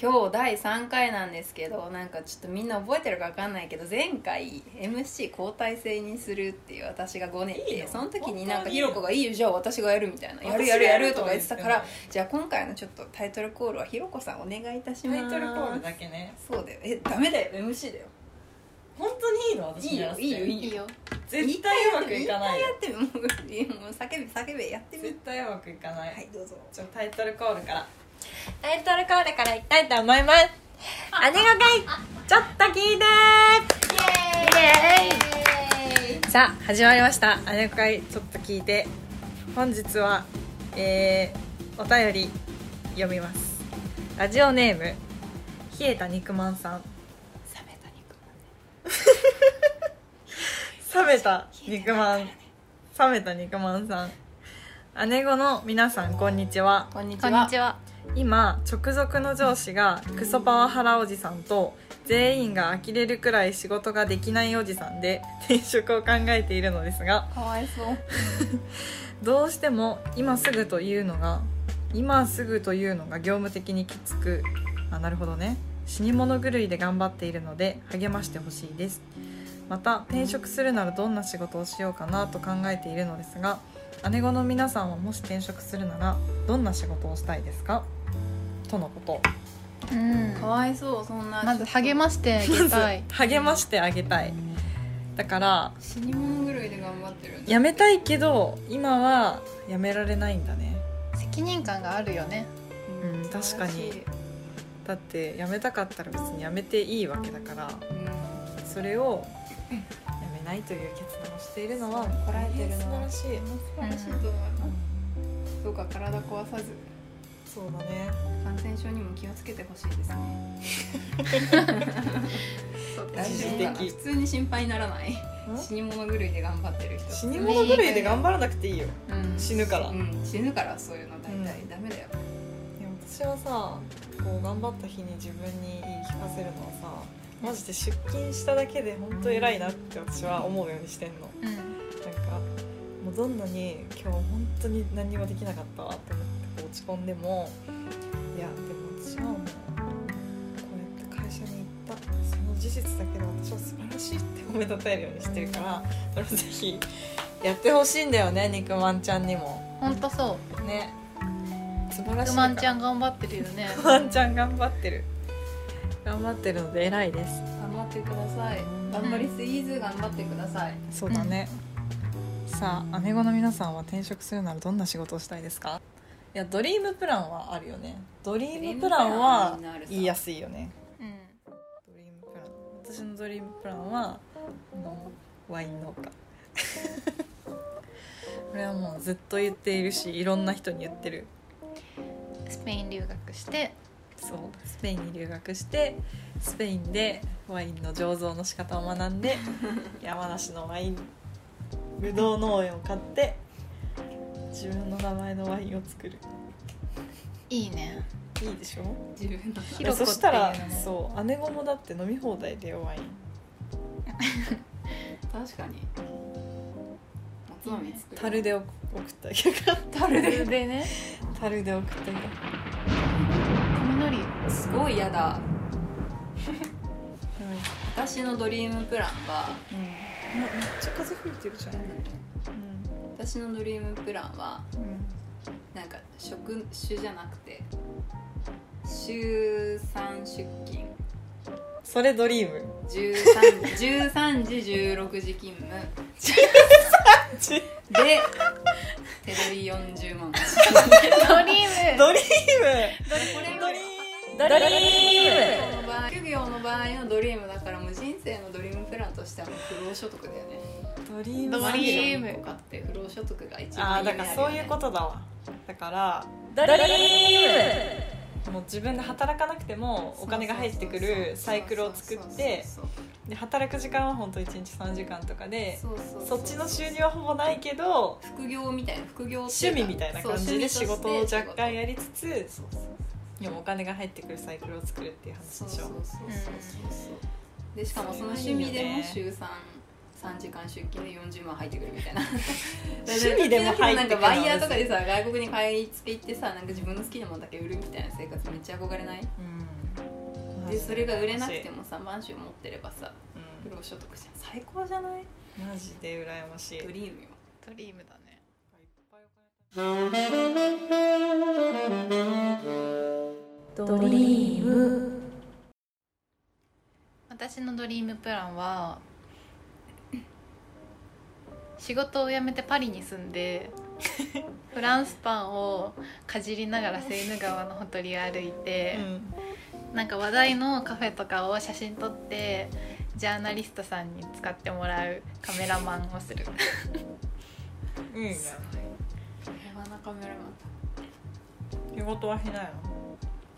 今日第3回なんですけどなんかちょっとみんな覚えてるか分かんないけど前回 MC 交代制にするっていう私が5年いいでのその時になん本か当にひろこが「いいよじゃあ私がやる」みたいな「やる私やがるややるる」とか言ってたからとか言じゃあ今回のちょっとタイトルコールはひろこさんお願いいたしまタすイトルコールだけねそうだよえダメだよ MC だよ本当にいいの私いいにやよらせいていよいいいよ絶対うまくいかないやよってもうもう叫べ叫べやってみ絶対うまくいかない、はいどうぞじゃあタイトルコールからタイトルコールからいきたいと思います姉がかいちょっと聞いてさあ始まりました姉がかいちょっと聞いて本日は、えー、お便り読みますラジオネーム冷えた肉まんさん冷めた肉まんね冷めた肉まん冷めた肉まんさん姉子の皆さんこんにちはこんにちこはんにちは。今直属の上司がクソパワハラおじさんと全員が呆れるくらい仕事ができないおじさんで転職を考えているのですがかわいそうどうしても今すぐというのが今すぐというのが業務的にきつくあなるほどね死に物狂いで頑張っているので励ましてほしいですまた転職するならどんな仕事をしようかなと考えているのですが姉子の皆さんはもし転職するならどんな仕事をしたいですかとのことうんかわいそうそんなまず励ましてあげたい。励ましてあげたいだから死に物狂いで頑張ってるんだ辞めたいけど今は辞められないんだね 責任感があるよね。うん確かに素晴だって辞めたかったら別に辞めていいわけだかららしいうんそれを辞めないという決断をしているのはこらえてるの素晴らしい素晴らしいと思います、どうか体壊さずそうだね感染症にも気をつけてほしいですねそう大事そうだな普通に心配にならない死に物狂いで頑張ってる人死に物狂いで頑張らなくていいようん死ぬから、うん、死ぬからそういうの大体、うんダメだよいや私はさこう頑張った日に自分に言い聞かせるのはさマジで出勤しただけで本当偉いなって私は思うようにしてんのうん。なんかもうどんなに今日本当に何にもできなかったわって思ってこう落ち込んでもいやでも私はもうこうやって会社に行ったその事実だけで私は素晴らしいって褒めたたえるようにしてるからそれをぜひやってほしいんだよね肉まんちゃんにも本当そね素晴らう。しくいまんちゃんん頑張ってるよね。まんちゃん頑張ってる頑張ってるので偉いです頑張ってください頑張りすぎず頑張ってください、そうだね、さあ姉子の皆さんは転職するならどんな仕事をしたいですかいやドリームプランはあるよねドリームプランはドリームプランはみんなあるさ言いやすいよねうん。ドリームプラン私のドリームプランはあのワイン農家 これはもうずっと言っているしいろんな人に言ってるスペイン留学して。そうスペインに留学してスペインでワインの醸造の仕方を学ん で山梨のワインぶどう農園を買って自分の名前のワインを作るいいね。いいでしょ自分のひろこそっていうのもしたらそう姉子もだって飲み放題でワイン確かにおつまみ作る樽で送ってあげるから樽それでで ね。 樽で送ってあげる雷。すごい嫌だうんめっ私のドリームプランはちゃ風吹いてるじゃんうん私のドリームプランはなんか職種じゃなくて週3出勤それドリーム 13, 13時16時勤務でテレビ40万ドリーム。ドリームドリムドリームこの場合副業の場合のドリームだからもう人生のドリームプランとしてはもう不労所得だよねドリームドリームとかって不労所得が一あ番ーだからそういうこととだわだからドリーム。もう自分で働かなくてもお金が入ってくるサイクルを作ってそうで働く時間は本当一1日3時間とかでそうそうそうそっちの収入はほぼないけど副業みたいな副業って趣いうか味みたいな感じでそ仕う事を趣味として若干やりつつそうそうでもお金が入ってくるサイクルを作るっていう話そうでそうそしうそょうそうそうでしかもその趣味でも週3 3時間出勤で40万入ってくるみたいな趣味でも入ってくるのなんかバイヤーとかでさ外国に買い付け行ってさなんか自分の好きなものだけ売るみたいな生活めっちゃ憧れないうんでそれが売れなくてもさ満州持ってればさ不労所得じゃん最高じゃないうんマジで羨ましいドリームよドリームだねドリーム私のドリームプランは仕事を辞めてパリに住んでフランスパンをかじりながらセーヌ川のほとりを歩いて、なんか話題のカフェとかを写真撮ってジャーナリストさんに使ってもらうカメラマンをするうんいいね平和なカメラマン仕事はしない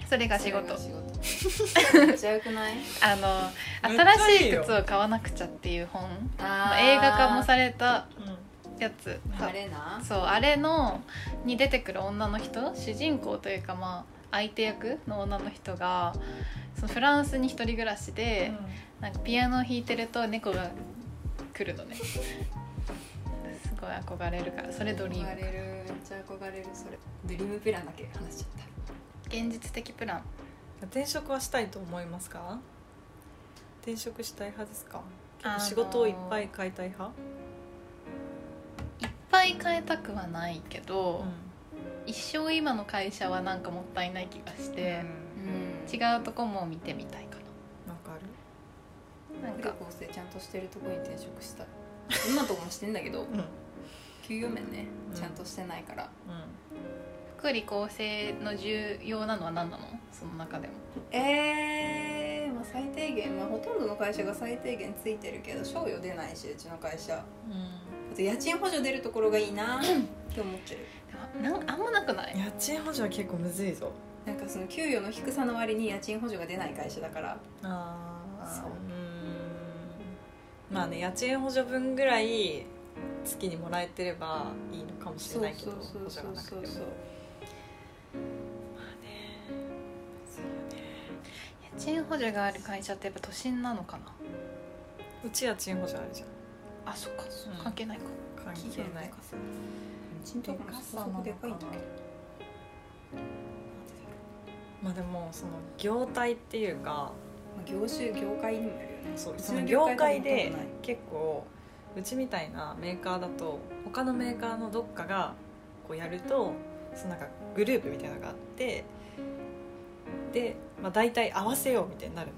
それが仕事それが仕事 めっちゃよくないあのめっちゃ新いいよしい靴を買わなくちゃっていう本あー映画化もされたのやつあれなそうあれのに出てくる女の人主人公というかまあ相手役の女の人がそのフランスに一人暮らしで、なんかピアノを弾いてると猫が来るのね すごい憧れるからそれドリー憧ムれるめっちゃ憧れるそれドリームプランだけ話しちゃった現実的プラン転職はしたいと思いますか転職したい派ですかあのー仕事をいっぱい変えたい派いっぱい変えたくはないけど、一生今の会社はなんかもったいない気がして、うん違うとこも見てみたいかなんかあるななん福利か厚生ちゃんとしてるとこに転職 したい今とこもしてんだけど給与面ねうんちゃんとしてないから、福利厚生の重要なのは何なのその中でもえー、まあ最低限、まあ、ほとんどの会社が最低限ついてるけど賞与出ないしうちの会社あと家賃補助出るところがいい なって思ってるでもなんあんまなくない家賃補助は結構むずいぞなんかその給与の低さの割に家賃補助が出ない会社だからああそうんまあね家賃補助分ぐらい月にもらえてればいいのかもしれないけど補助がなくても家賃補助がある会社ってやっぱ都心なのかなうち家賃補助あるじゃんあそっか、うん関係ないか関企係業のない高さうちのとこもそこそこでかいんだけどまあでもその業態っていうかまあ業種業界にもよるよねそううちそのの業業界界ででもない結構うちみたいなメーカーだと他のメーカーのどっかがこうやるとそのなんかグループみたいなのがあってで、まあ、大体合わせようみたいになる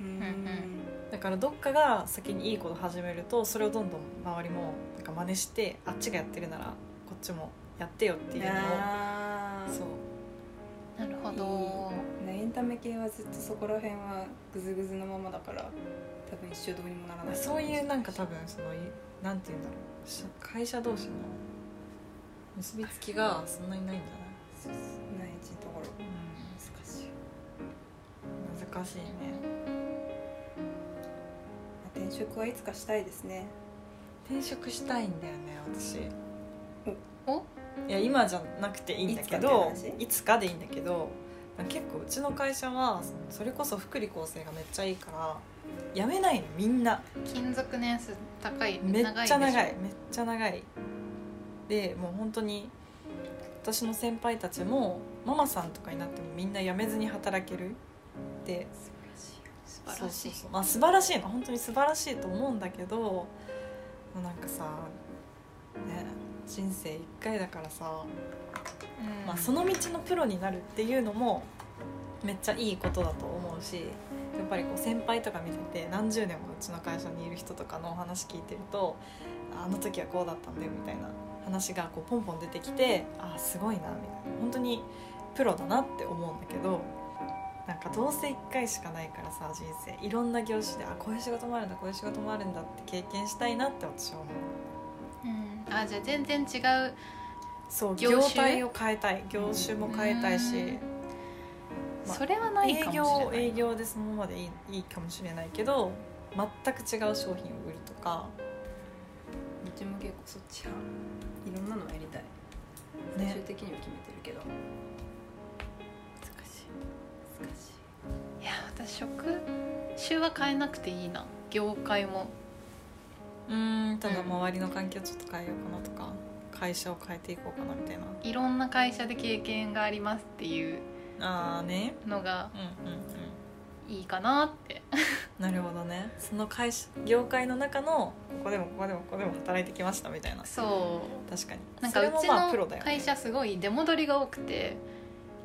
のうんんだからどっかが先にいいこと始めるとそれをどんどん周りもなんか真似してあっちがやってるならこっちもやってよっていうのをあーそうなるほどエンタメ系はずっとそこら辺はグズグズのままだから多分一生どうにもならないそういうなんか多分そのいなんて言うんだろうし会社同士の結びつきがそんなにないんじそうそうないちのところゃな難しいい、難しいねまあ転職はいつかしたいですね転職したいんだよね私いおや今じゃなくていいんだけいつかどって話いつかでいいんだけど結構うちの会社はそのそれこそ福利厚生がめっちゃいいから辞めないのみんな勤続年数高いめっちゃ長いでしょめっちゃ長いでもう本当に私の先輩たちもママさんとかになってもみんな辞めずに働けるで素晴らしそいうそうそうまあ、素晴らしいの本当に素晴らしいと思うんだけどなんかさ、ね、人生一回だからさ、うんまあ、その道のプロになるっていうのもめっちゃいいことだと思うしやっぱりこう先輩とか見てて何十年もうちの会社にいる人とかのお話聞いてるとあの時はこうだったんだよみたいな話がこうポンポン出てきてあすごいなみたいな本当にプロだなって思うんだけどなんかどうせ1回しかないからさ人生いろんな業種であこういう仕事もあるんだこういう仕事もあるんだって経験したいなって私は思ううんあじゃあ全然違うそう業業種態を変えたい業種も変えたいし、うんまあそれはない営か業もしれない営業でそのままでいいいいかもしれないけど全く違う商品を売るとか、うちも結構そっち派いろんなのやりたい最終ね、的には決めてるけど難しい難しいいや私職種は変えなくていいな業界もうんただ周りの環境ちょっと変えようかなとか会社を変えていこうかなみたいないろんな会社で経験がありますっていうああねのがうんうんうんいいかなってなるほどねその会社業界の中のここでもここでもここでも働いてきましたみたいなそ確かにうなんかうそちれもまあプロだのよね会社すごい出戻りが多くて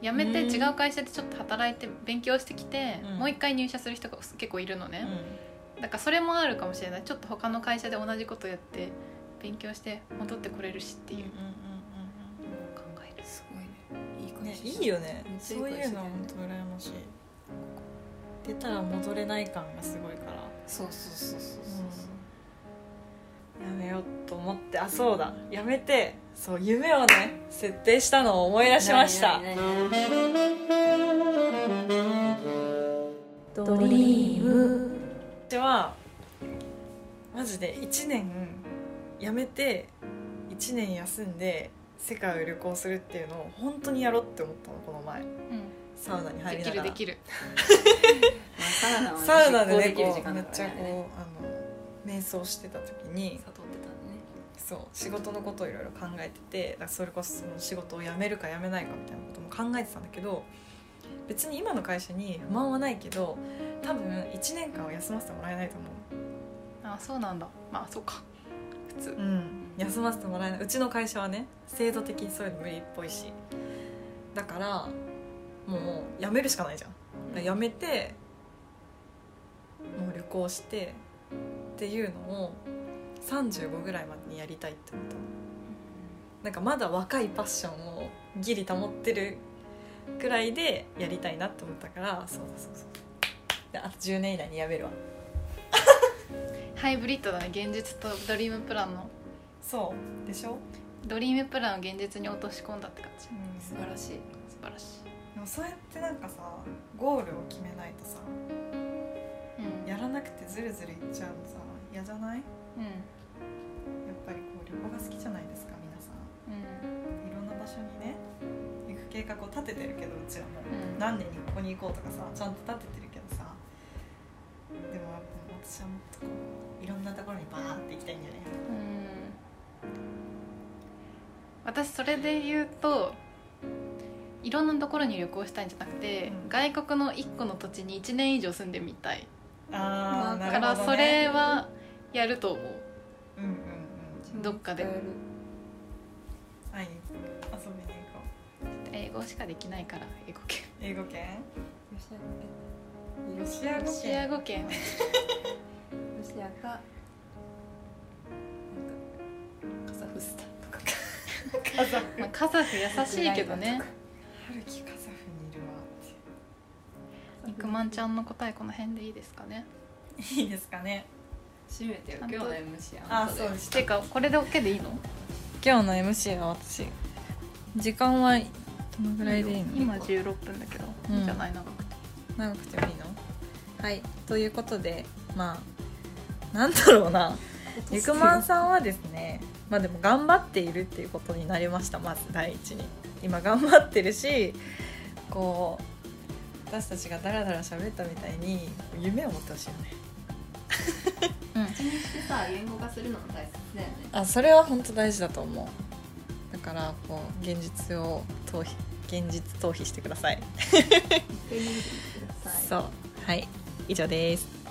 辞めて違う会社でちょっと働いて勉強してきて、うんもう一回入社する人が結構いるのうね、んだからそれもあるかもしれないちょっと他の会社で同じことやって勉強して戻ってこれるしってうんいうんううんのを考える、すごいねいいうん会ね社いじゃんいよねめっちゃいいそうい会社うのだよはね本当羨ましい出たら戻れない感がすごいからそうそうそうそうやめようと思ってあそうだやめてそう夢をね設定したのを思い出しました何々何々ドリーム私はマジで1年やめて1年休んで世界を旅行するっていうのを本当にやろうって思ったのこの前うサウナにん、入りできなるがでらきるまあサウナはねサウナでね実行きるこ時う間だめっかちゃらねこうあの瞑想してた時に悟ってたんでねそう仕事のことをいろいろ考えててだからそれこそその仕事を辞めるか辞めないかみたいなことも考えてたんだけど別に今の会社に不満はないけど多分1年間は休ませてもらえないと思あそうなんだまあそうか普通う、うん、休ませてもらえないうちの会社はね制度的にそういうの無理っぽいしだからもう辞めるしかないじゃんだから辞めてもう旅行してっていうのを35ぐらいまでにやりたいって思ったのなんかまだ若いパッションをギリ保ってるくらいでやりたいなって思ったからそうそうそうそうであと10年以内にやめるわハイブリッドだね現実とドリームプランのそうでしょ、ドリームプランを現実に落とし込んだって感じ素晴らしい素晴らしい、でもそうやってなんかさゴールを決めないとさうんやらなくてずるずるいっちゃうのさ嫌じゃないやっうぱりこう旅行が好きじゃないですか皆さんんういんろんな場所にね行く計画を立ててるけどうちらもうん何年にここに行こうとかさちゃんと立ててるけどさでもやっぱ私はもっとこういろんなところにバーって行きたいんだよねうん私それで言うといろんなところに旅行したいんじゃなくて、うん外国の1個の土地に1年以上住んでみたいあーだなかるらそれはやると思う、うんうんうんどっかで会いに行こう遊びに行こう英語しかできないから英語圏英語 圏ロシアロシアロ語シア圏語圏はロシアかなんかカザフスタンとかカザフまあカザフ優しいけ どね春樹カザフにいるわっ肉まんちゃんの答えこの辺でいいですかねていいですかね閉めてよ今日の MC あんただそうよでしたてかこれで OK でいいの今日の MC は私時間はどのぐらいでいいの今16分だけど、うんいいんじゃない長くて長くてもいいのはいということでまあなんだろうなゆくまんさんはですねまあでも頑張っているっていうことになりましたまず第一に今頑張ってるしこう私たちがダラダラ喋ったみたいに夢を持ってほしいよね一日でさ言語化するのも大切だよねあそれは本当大事だと思うだからこう現実を逃避現実逃避してください一回見てみてくださいそうはい以上です